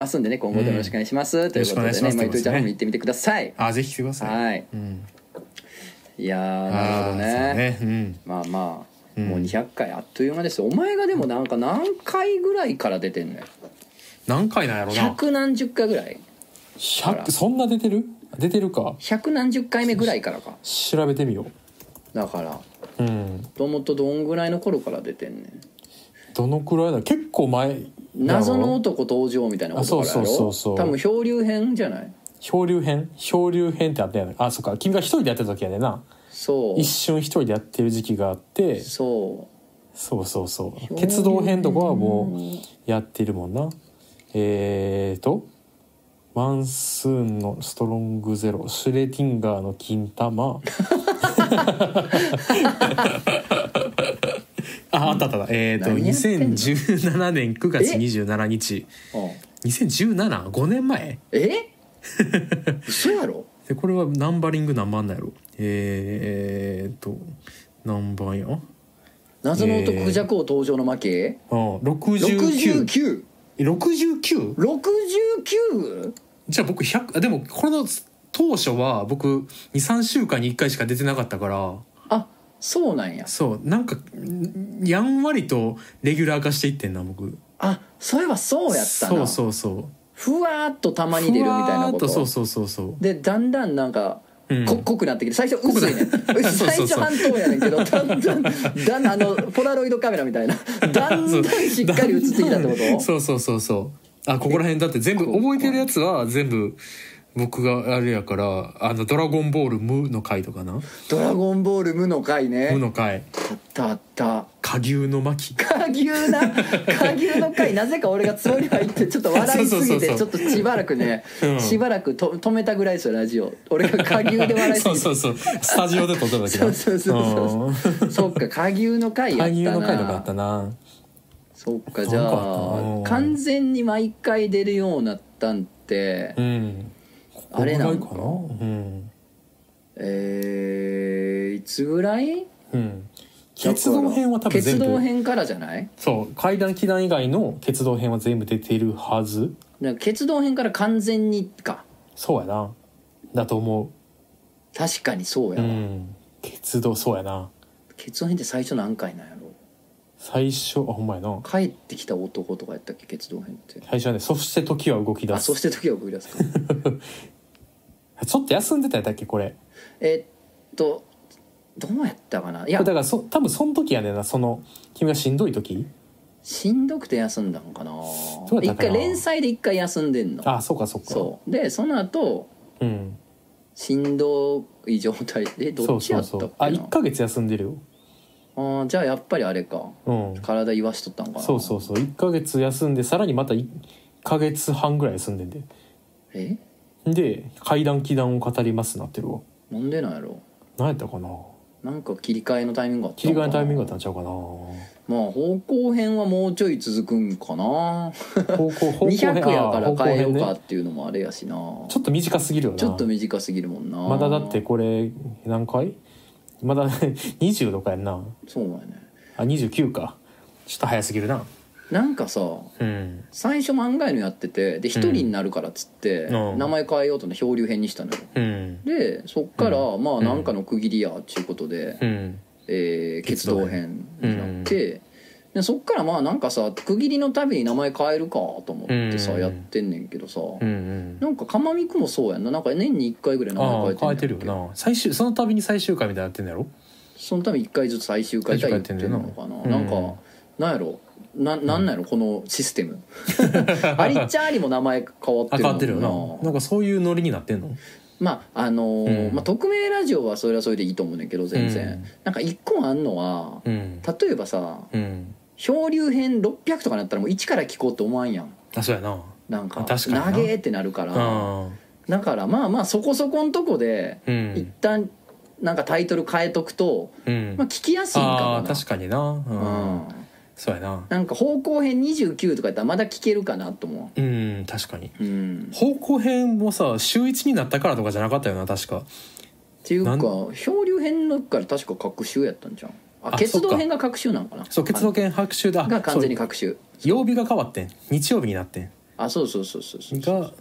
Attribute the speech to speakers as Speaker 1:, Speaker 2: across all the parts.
Speaker 1: 遊んでね今後ともよろしくお願いします、ということ
Speaker 2: よ
Speaker 1: で
Speaker 2: ろしくお願いしま
Speaker 1: ね
Speaker 2: す
Speaker 1: マイトゥージャパンも行ってみてください、
Speaker 2: あぜひ来てください、
Speaker 1: はい
Speaker 2: うん、
Speaker 1: いやーなるほどね
Speaker 2: あーそうね
Speaker 1: まあまあ、
Speaker 2: うん
Speaker 1: もう200回あっという間ですよお前がでもなんか何回ぐらいから出てんのよ
Speaker 2: うん、何回なんやろな
Speaker 1: 百何十回ぐらい
Speaker 2: 100そんな出てる出てるか
Speaker 1: 百何十回目ぐらいからか
Speaker 2: 調べてみよ
Speaker 1: だから
Speaker 2: ううん
Speaker 1: ともとどんぐらいの頃から出てんねん
Speaker 2: どのくらいだ結構前
Speaker 1: 謎の
Speaker 2: やろ
Speaker 1: 男登場みたいなことからやろ
Speaker 2: あそうそうそうそう
Speaker 1: 多分漂流編じゃない
Speaker 2: 漂流編漂流編ってあったやんあそっか君が一人でやってた時やでな
Speaker 1: そう
Speaker 2: 一瞬一人でやってる時期があって
Speaker 1: そ
Speaker 2: そうそうそう
Speaker 1: う
Speaker 2: 鉄道編とかはもうやってるもんなえーと「マンスーンのストロングゼロ」「シュレティンガーの金玉」 ああったあったあったえっ、と
Speaker 1: 何やってんの
Speaker 2: 2017年9月27日
Speaker 1: う、うん、
Speaker 2: 20175年前
Speaker 1: え嘘やろ
Speaker 2: でこれはナンバリング何番なんやろえー、えー、と何番や
Speaker 1: 謎の
Speaker 2: え
Speaker 1: 男
Speaker 2: ー
Speaker 1: クジャク王登場の負け
Speaker 2: あ69
Speaker 1: 6969
Speaker 2: 69? じゃあ僕100あでもこの当初は僕23週間に1回しか出てなかったから
Speaker 1: あそうなんや
Speaker 2: そうなんかんやんわりとレギュラー化していってんな僕
Speaker 1: あそういえばそうやったな
Speaker 2: そうそうそう
Speaker 1: ふわーっとたまに出るみたいなこ
Speaker 2: ふわーっ
Speaker 1: と
Speaker 2: そうそうそうそう
Speaker 1: でだんだんなんか
Speaker 2: うん
Speaker 1: こ濃くなってきて最初薄いねん 最初半透やねんけどだんだんだんだんあのポラロイドカメラみた いなだんだんしっかり映ってきたってこと
Speaker 2: そうそうそうそうあここら辺だって全部覚えてるやつは全部僕があれやから「あのドラゴンボール無」の回とかな
Speaker 1: 「ドラゴンボール無の回
Speaker 2: 「
Speaker 1: ね」
Speaker 2: 無」の回
Speaker 1: あったあった
Speaker 2: 「下牛の巻」
Speaker 1: 下牛な下牛の回なぜか俺がつもり入ってちょっと笑いすぎてち
Speaker 2: そ
Speaker 1: ょ
Speaker 2: う
Speaker 1: っとしばらくね、
Speaker 2: うん
Speaker 1: しばらくと止めたぐらいですよラジオ俺が下牛で笑いす
Speaker 2: そ
Speaker 1: ぎ
Speaker 2: う
Speaker 1: て
Speaker 2: そうそうスタジオで撮っただ け
Speaker 1: そ
Speaker 2: だ
Speaker 1: うそうそうそうそっか下牛の回や
Speaker 2: 下
Speaker 1: ったな
Speaker 2: 牛の回とかあったな
Speaker 1: そっかじゃ
Speaker 2: なんかあった
Speaker 1: あ
Speaker 2: な
Speaker 1: 完全に毎回出るようになったんって、
Speaker 2: うんここ
Speaker 1: あ
Speaker 2: ぐ
Speaker 1: れ
Speaker 2: らい
Speaker 1: な
Speaker 2: かなん
Speaker 1: か
Speaker 2: うん、
Speaker 1: えーいつぐらい
Speaker 2: うん、鉄道編は多分全
Speaker 1: 鉄道
Speaker 2: 部
Speaker 1: 編からじゃない
Speaker 2: そう階段祈願以外の鉄道編は全部出てるはず
Speaker 1: なんか鉄道編から完全にか
Speaker 2: そうやなだと思
Speaker 1: 確かにそう
Speaker 2: うう
Speaker 1: やわ、
Speaker 2: ん鉄道そうやな
Speaker 1: 鉄道編って最初何回なんやろ
Speaker 2: 最初あほんまやな
Speaker 1: 帰ってきた男とかやったっけ鉄道編って
Speaker 2: 最初はね「そして時は動き出
Speaker 1: あ
Speaker 2: す
Speaker 1: そ」して時を送り出 すか
Speaker 2: ちょっと休んでたやったっけこれ
Speaker 1: えっとどうやったかない
Speaker 2: だ
Speaker 1: や
Speaker 2: からそ多分その時やねんなその君がしんどい時
Speaker 1: しんどくて休んだのかな
Speaker 2: どうや
Speaker 1: 一
Speaker 2: ったかな
Speaker 1: 回連載で一回休んでんの
Speaker 2: あそうかそうか
Speaker 1: そうでその後
Speaker 2: うん、
Speaker 1: しんどい状態で
Speaker 2: そ
Speaker 1: どっ
Speaker 2: う
Speaker 1: ち
Speaker 2: そ
Speaker 1: や
Speaker 2: う
Speaker 1: った
Speaker 2: そ
Speaker 1: っけ
Speaker 2: う
Speaker 1: な
Speaker 2: あ1ヶ月休んでるよ
Speaker 1: あーじゃあやっぱりあれか
Speaker 2: うん
Speaker 1: 体言わしとったんかな
Speaker 2: そうそうそう1ヶ月休んでさらにまた1ヶ月半ぐらい休んでんで
Speaker 1: え
Speaker 2: で「階段祈願を語ります」なってるわ
Speaker 1: なんでなんやろ
Speaker 2: 何やったかな
Speaker 1: なんか切り替えのタイミングがあった
Speaker 2: 切り替えのタイミングだったたんちゃうかな
Speaker 1: まあ方向編はもうちょい続くんかな
Speaker 2: 方向方向
Speaker 1: 200
Speaker 2: 編
Speaker 1: や
Speaker 2: あ
Speaker 1: か
Speaker 2: ー
Speaker 1: ら
Speaker 2: 方向
Speaker 1: 変えよ
Speaker 2: 編
Speaker 1: うか
Speaker 2: ね
Speaker 1: っていうのもあれやしな
Speaker 2: ちょっと短すぎるよな
Speaker 1: ちょっと短すぎるもんな
Speaker 2: まだだってこれ何回まだ 20とかやんな
Speaker 1: そうやね
Speaker 2: あ29かちょっと早すぎるな
Speaker 1: なんかさ
Speaker 2: うん
Speaker 1: 最初漫画のやっててで一人になるからっつって、
Speaker 2: うん
Speaker 1: 名前変えようとね漂流編にしたのよ
Speaker 2: うん
Speaker 1: でそっから、
Speaker 2: う
Speaker 1: まあなんかの区切りやっちゅうことで、
Speaker 2: うん
Speaker 1: えー、
Speaker 2: 鉄
Speaker 1: 決
Speaker 2: 道
Speaker 1: 動編になって、でそっからまあなんかさ区切りのたびに名前変えるかと思ってさ、
Speaker 2: うん
Speaker 1: やってんねんけどさ、
Speaker 2: うんうん
Speaker 1: なんか釜みくもそうやんななんか年に1回ぐらい名
Speaker 2: あ
Speaker 1: 前
Speaker 2: あ変
Speaker 1: 変
Speaker 2: え
Speaker 1: え
Speaker 2: て
Speaker 1: て
Speaker 2: る
Speaker 1: んねんけど
Speaker 2: よな最終その度に最終回みたいになってんのやろ
Speaker 1: そのため1回ずつ最終回とは言ってるのかな、
Speaker 2: 最終回や
Speaker 1: な
Speaker 2: ってん
Speaker 1: ん
Speaker 2: ねん
Speaker 1: か、な
Speaker 2: な
Speaker 1: んやろななんなんやろこのシステ ムありっちゃありも名前変わって
Speaker 2: あ
Speaker 1: る
Speaker 2: 変
Speaker 1: もん
Speaker 2: わってるよななんかそういうノリになってんの
Speaker 1: まああのー
Speaker 2: うん
Speaker 1: まあ、匿名ラジオはそれはそれでいいと思うねんけど全然、
Speaker 2: うん
Speaker 1: なんか1個あんのは
Speaker 2: うん
Speaker 1: 例えばさ
Speaker 2: うん
Speaker 1: 漂流編600とかなったらもう1から聞こうって思わんやん
Speaker 2: あそうやな
Speaker 1: なんか
Speaker 2: 確かにな
Speaker 1: 長えってなるから
Speaker 2: あ
Speaker 1: だからまあまあそこそこんとこで
Speaker 2: う
Speaker 1: 一
Speaker 2: ん
Speaker 1: 旦なんかタイトル変えとくと、
Speaker 2: うん
Speaker 1: まあ、聞きやすいんかも
Speaker 2: あ
Speaker 1: な
Speaker 2: ー確かになう
Speaker 1: うん
Speaker 2: んそうやな
Speaker 1: なんか方向編29とかやったらまだ聞けるかなと思
Speaker 2: うん確かに
Speaker 1: ううん
Speaker 2: 方向編もさ週一になったからとかじゃなかったよな確か
Speaker 1: っていうか
Speaker 2: なん
Speaker 1: 漂流編のから確か隔週やったんじゃんあ
Speaker 2: あ
Speaker 1: 鉄道編が隔週なのかな
Speaker 2: そう結論編白秋だ
Speaker 1: が完全に隔週
Speaker 2: 曜日が変わってん日曜日になってん
Speaker 1: あそうそうそうそうそう
Speaker 2: が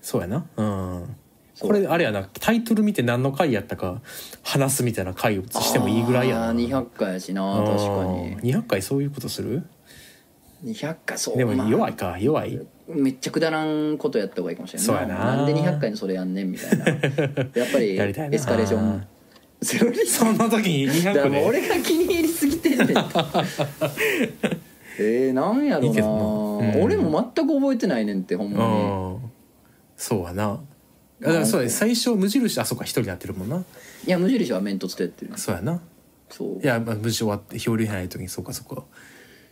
Speaker 2: そうやなうん
Speaker 1: そう
Speaker 2: これあれやなタイトル見て何の回やったか話すみたいな回をしてもいいぐらいや
Speaker 1: あ
Speaker 2: な
Speaker 1: ー200回やしな
Speaker 2: うん
Speaker 1: 確かに
Speaker 2: 200回そういうことする
Speaker 1: 200回そう
Speaker 2: でも
Speaker 1: まあ
Speaker 2: 弱いか弱い
Speaker 1: めっちゃくだらんことやった方がいいかもしれない
Speaker 2: そうやなん
Speaker 1: で200回にそれやんねんみたい なやっぱり
Speaker 2: やりたいな
Speaker 1: エスカレーショ
Speaker 2: あー
Speaker 1: ンセロリ
Speaker 2: そんな時に
Speaker 1: だか
Speaker 2: 200
Speaker 1: らも
Speaker 2: 個
Speaker 1: う
Speaker 2: で
Speaker 1: 俺が気に入りすぎてんね んえー、なんやろ
Speaker 2: いいけど
Speaker 1: な
Speaker 2: なうん
Speaker 1: 俺も全く覚えてないねんってほん
Speaker 2: う
Speaker 1: ま
Speaker 2: んそうやなあだからそうや最初無印あそうか一人になってるもんな
Speaker 1: にいや無印は面突でやってる
Speaker 2: そうやな
Speaker 1: そう
Speaker 2: いや、まあ、無事終わって漂流編ない時にそうかそうか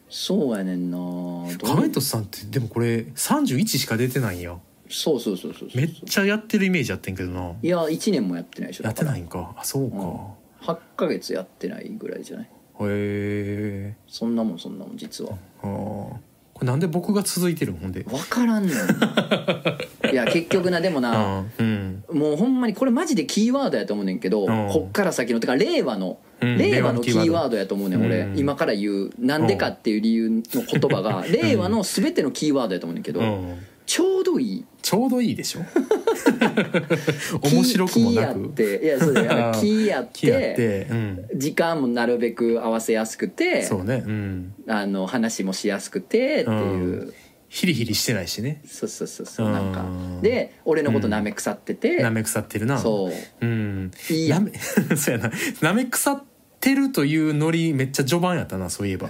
Speaker 1: そうやねんなどう
Speaker 2: 亀戸さんってでもこれ31しか出てないんや
Speaker 1: そうそうそうそうそう
Speaker 2: めっちゃやってるイメージやってんけどない
Speaker 1: や1年もやってないでしょ
Speaker 2: やってないいんかあそうか、
Speaker 1: 8ヶ月やってないぐらいじゃない
Speaker 2: へえ
Speaker 1: そんなもんそんなもん実は
Speaker 2: あーこれなんで僕が続いてるんほんで
Speaker 1: 分から んねんいや結局なでもな
Speaker 2: あうん
Speaker 1: もうほんまにこれマジでキーワードやと思うねんけど
Speaker 2: ん
Speaker 1: こっから先のてか令和の
Speaker 2: うん
Speaker 1: 令和
Speaker 2: 令和
Speaker 1: の
Speaker 2: の
Speaker 1: キ
Speaker 2: キ
Speaker 1: ー
Speaker 2: ー
Speaker 1: ワ
Speaker 2: ワ
Speaker 1: ー
Speaker 2: ー
Speaker 1: ドやと思うねん俺
Speaker 2: うん
Speaker 1: 今から言うなんでかっていう理由の言葉が令和の全てのキーワードやと思うねんけ
Speaker 2: う
Speaker 1: ど
Speaker 2: ん
Speaker 1: ちょうどいい
Speaker 2: ちょうどいい でしょ
Speaker 1: キー
Speaker 2: 面白くもな
Speaker 1: キーやっ
Speaker 2: く
Speaker 1: ていやそうだ よキーやっ
Speaker 2: 木やって
Speaker 1: て
Speaker 2: うん、
Speaker 1: 時間もなるべく合わせやすくて
Speaker 2: そうねうん
Speaker 1: あの話もしやすくてっていう、
Speaker 2: うんヒリヒリしてないしね
Speaker 1: そうそうそうそう
Speaker 2: うん
Speaker 1: なんかで俺のこと舐め腐ってて、
Speaker 2: なめ腐ってるな
Speaker 1: そう
Speaker 2: ううん
Speaker 1: いいやん
Speaker 2: なめ そうやななめ腐ってるというノリめっちゃ序盤やったなそういえ ば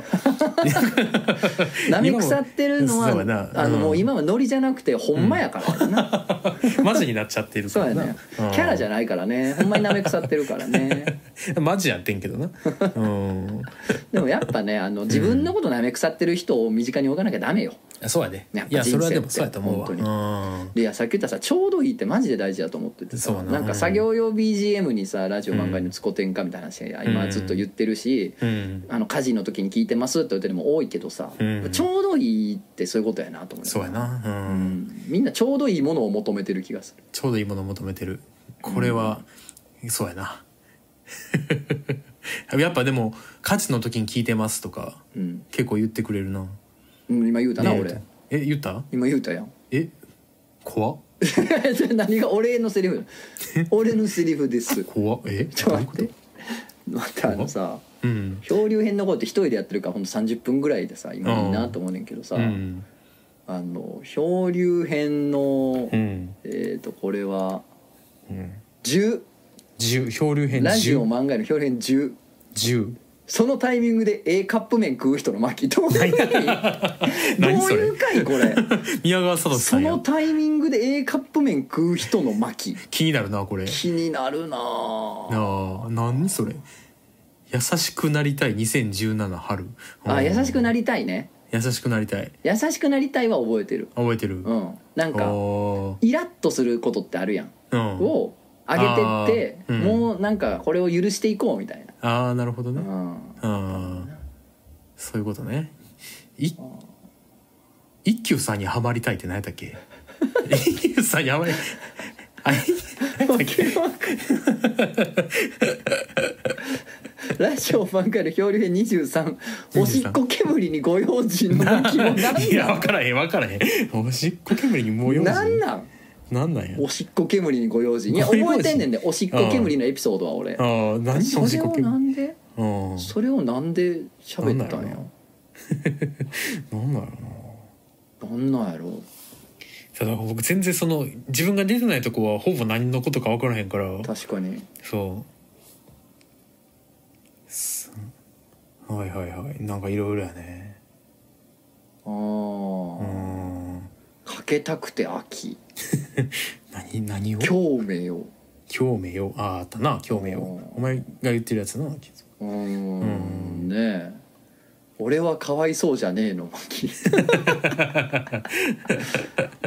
Speaker 1: 舐め腐ってるのは
Speaker 2: そうやなうん
Speaker 1: あのもう今はノリじゃなくてほんまやからな、
Speaker 2: マジになっちゃってるか
Speaker 1: そう
Speaker 2: ら
Speaker 1: や
Speaker 2: な
Speaker 1: ねキャラじゃないからねほんまに舐め腐ってるからね
Speaker 2: ゃマジやってんけどなうん
Speaker 1: でもやっぱねあの自分のこと舐め腐ってる人を身近に置かなきゃダメよ
Speaker 2: そうやで、
Speaker 1: やっぱ
Speaker 2: いやそれはでも
Speaker 1: 人生
Speaker 2: そ
Speaker 1: って
Speaker 2: うやと思うわ
Speaker 1: 本
Speaker 2: うん
Speaker 1: でいやさっき言ったさちょうどいいってマジで大事だと思っててさ
Speaker 2: そうやな
Speaker 1: なんか作業用 BGM にさラジオ番外の「つこてんか」みたいな話が今ずっと言ってるし、
Speaker 2: うん
Speaker 1: あの家事の時に聞いてますって言ってるのも多いけどさ、
Speaker 2: うん
Speaker 1: ちょうどいいってそういうことやなと思
Speaker 2: そうやなう
Speaker 1: うんんみんなちょうどいいものを求めてる気がする
Speaker 2: ちょうどいいものを求めてるこれは、そうやな やっぱでも「家事の時に聞いてます」とか
Speaker 1: うん、
Speaker 2: 結構言ってくれるな
Speaker 1: うん今言うたな
Speaker 2: ね
Speaker 1: 俺
Speaker 2: え言った
Speaker 1: 今言うたやん
Speaker 2: え怖っ
Speaker 1: それ何が俺のセリフ俺のセリフです
Speaker 2: 怖っえ
Speaker 1: ちょっと待
Speaker 2: ど
Speaker 1: って
Speaker 2: ういう
Speaker 1: またあのさ
Speaker 2: とうん
Speaker 1: 漂流編の頃って一人でやってるからほんと30分ぐらいでさ今いいなと思うねんけどさ、
Speaker 2: うん
Speaker 1: あの漂流編の、
Speaker 2: うん
Speaker 1: えっ、とこれは
Speaker 2: うん
Speaker 1: 10
Speaker 2: 十漂流編
Speaker 1: ラジオ
Speaker 2: 10
Speaker 1: 漫画の漂流編10
Speaker 2: 10
Speaker 1: そのタイミングで A カップ麺食う人の巻どういう どう
Speaker 2: 何それ
Speaker 1: いう回これ
Speaker 2: 宮川聡さ
Speaker 1: そ
Speaker 2: んや
Speaker 1: のタイミングで A カップ麺食う人の巻
Speaker 2: 気になるなこれ
Speaker 1: 気になるなぁ
Speaker 2: ああ何それ優しくなりたい2017春
Speaker 1: あ優しく
Speaker 2: な
Speaker 1: なりたいね
Speaker 2: 優しくなりたい
Speaker 1: 優しくなりたいは覚えてる
Speaker 2: 覚えてる
Speaker 1: う
Speaker 2: あ
Speaker 1: んなん
Speaker 2: あ
Speaker 1: か
Speaker 2: ー
Speaker 1: イラッとすることってあるやん
Speaker 2: うん
Speaker 1: を上げてって、
Speaker 2: あーうん
Speaker 1: もうなんかこれを許していこうみたいな
Speaker 2: ああなるほど
Speaker 1: う
Speaker 2: ね
Speaker 1: ん
Speaker 2: ああそういうことねい一休さんにはまりたいって何やったっけ一休さんにはまりあい
Speaker 1: ラジオ漫画の漂流編23おしっこ煙にご用心の巻も
Speaker 2: いや分からへん分からへんおしっこ煙に模様
Speaker 1: なんなん
Speaker 2: なんなんや
Speaker 1: おしっこ煙にご用心いや覚えてんねんでおしっこ煙のエピソードは俺
Speaker 2: ああ何
Speaker 1: そ
Speaker 2: おし
Speaker 1: れ
Speaker 2: っこ
Speaker 1: を
Speaker 2: 煙
Speaker 1: なんで
Speaker 2: うん
Speaker 1: それをなんで喋ったんや
Speaker 2: なんだろうな
Speaker 1: なんなんやろ
Speaker 2: ただ僕全然その自分が出てないとこはほぼ何のことか分からへんから
Speaker 1: 確かに
Speaker 2: そうすはいはいはいなんかいろいろやね
Speaker 1: あ
Speaker 2: うー
Speaker 1: ー
Speaker 2: ん
Speaker 1: かけたくて秋
Speaker 2: 何何を
Speaker 1: 共鳴を
Speaker 2: 興味よああったな興味よ
Speaker 1: うん
Speaker 2: お前が言ってるやつ な
Speaker 1: うーんねえ俺はかわいそうじゃねえ の巻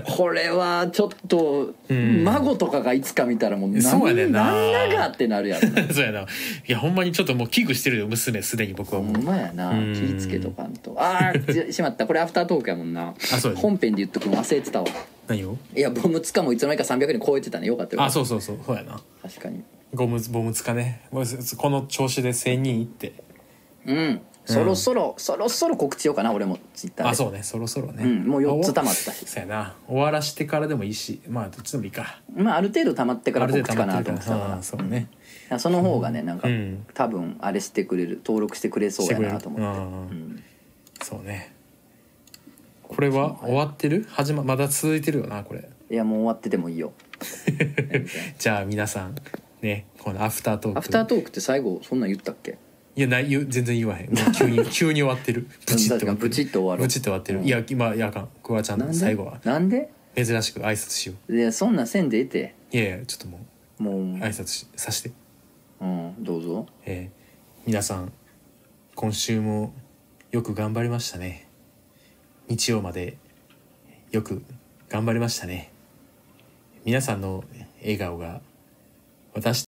Speaker 1: これはちょっと
Speaker 2: うん
Speaker 1: 孫とかがいつか見たらもう何
Speaker 2: そうやねんな
Speaker 1: なんだかってなる やろ
Speaker 2: そうやないやほんまにちょっともう危惧してるよ娘すでに僕は
Speaker 1: ほ
Speaker 2: もうん
Speaker 1: まやな
Speaker 2: うん
Speaker 1: 気ぃつけとかんとああしまったこれアフタートークやもんな
Speaker 2: あそうやね
Speaker 1: 本編で言っとくの忘れてたわ
Speaker 2: 何を
Speaker 1: いやボムつかもいつの間にか300人超えてたねよかったよ
Speaker 2: あそうそうそうそうやな
Speaker 1: 確かに
Speaker 2: ゴムボムつかねもうこの調子で1000人いって
Speaker 1: うんそろそろ、そろそろ告知しようかな俺もツイッターで
Speaker 2: あそうねそろそろね、
Speaker 1: うんもう4つ溜
Speaker 2: ま
Speaker 1: まったし
Speaker 2: そうやな終わらしてからでもいいしまあどっちでもいいか
Speaker 1: まあある程度溜まってから告知かなと思って
Speaker 2: ある程
Speaker 1: た
Speaker 2: 度溜ま
Speaker 1: か
Speaker 2: ってるからそうね
Speaker 1: らその方がねなんか、
Speaker 2: うん
Speaker 1: 多分あれしてくれる登録してくれそうやなと思って
Speaker 2: してくれ
Speaker 1: う
Speaker 2: る
Speaker 1: ん
Speaker 2: そうねこれは終わってる始ままだ続いてるよなこれ
Speaker 1: いやもう終わっててもいいよ
Speaker 2: じゃあ皆さんねこのアフタートーク
Speaker 1: アフタートークって最後そんなん言ったっけ
Speaker 2: いやない言う全然言わへんも う急に急に終わってるブチッと終わって
Speaker 1: ブチッと終わ
Speaker 2: る
Speaker 1: ろう
Speaker 2: ブチッと終わってるいや今いやあかんクワちゃん
Speaker 1: なん
Speaker 2: の
Speaker 1: で
Speaker 2: 最後は
Speaker 1: なんで
Speaker 2: 珍しく挨拶しよ
Speaker 1: いやそんなんせんでええて
Speaker 2: ういやいやちょっとも
Speaker 1: もう、
Speaker 2: う挨拶しさして、
Speaker 1: うんどうぞ
Speaker 2: えー皆さん今週もよく頑張りましたね日曜までよく頑張りましたね皆さんの笑顔が私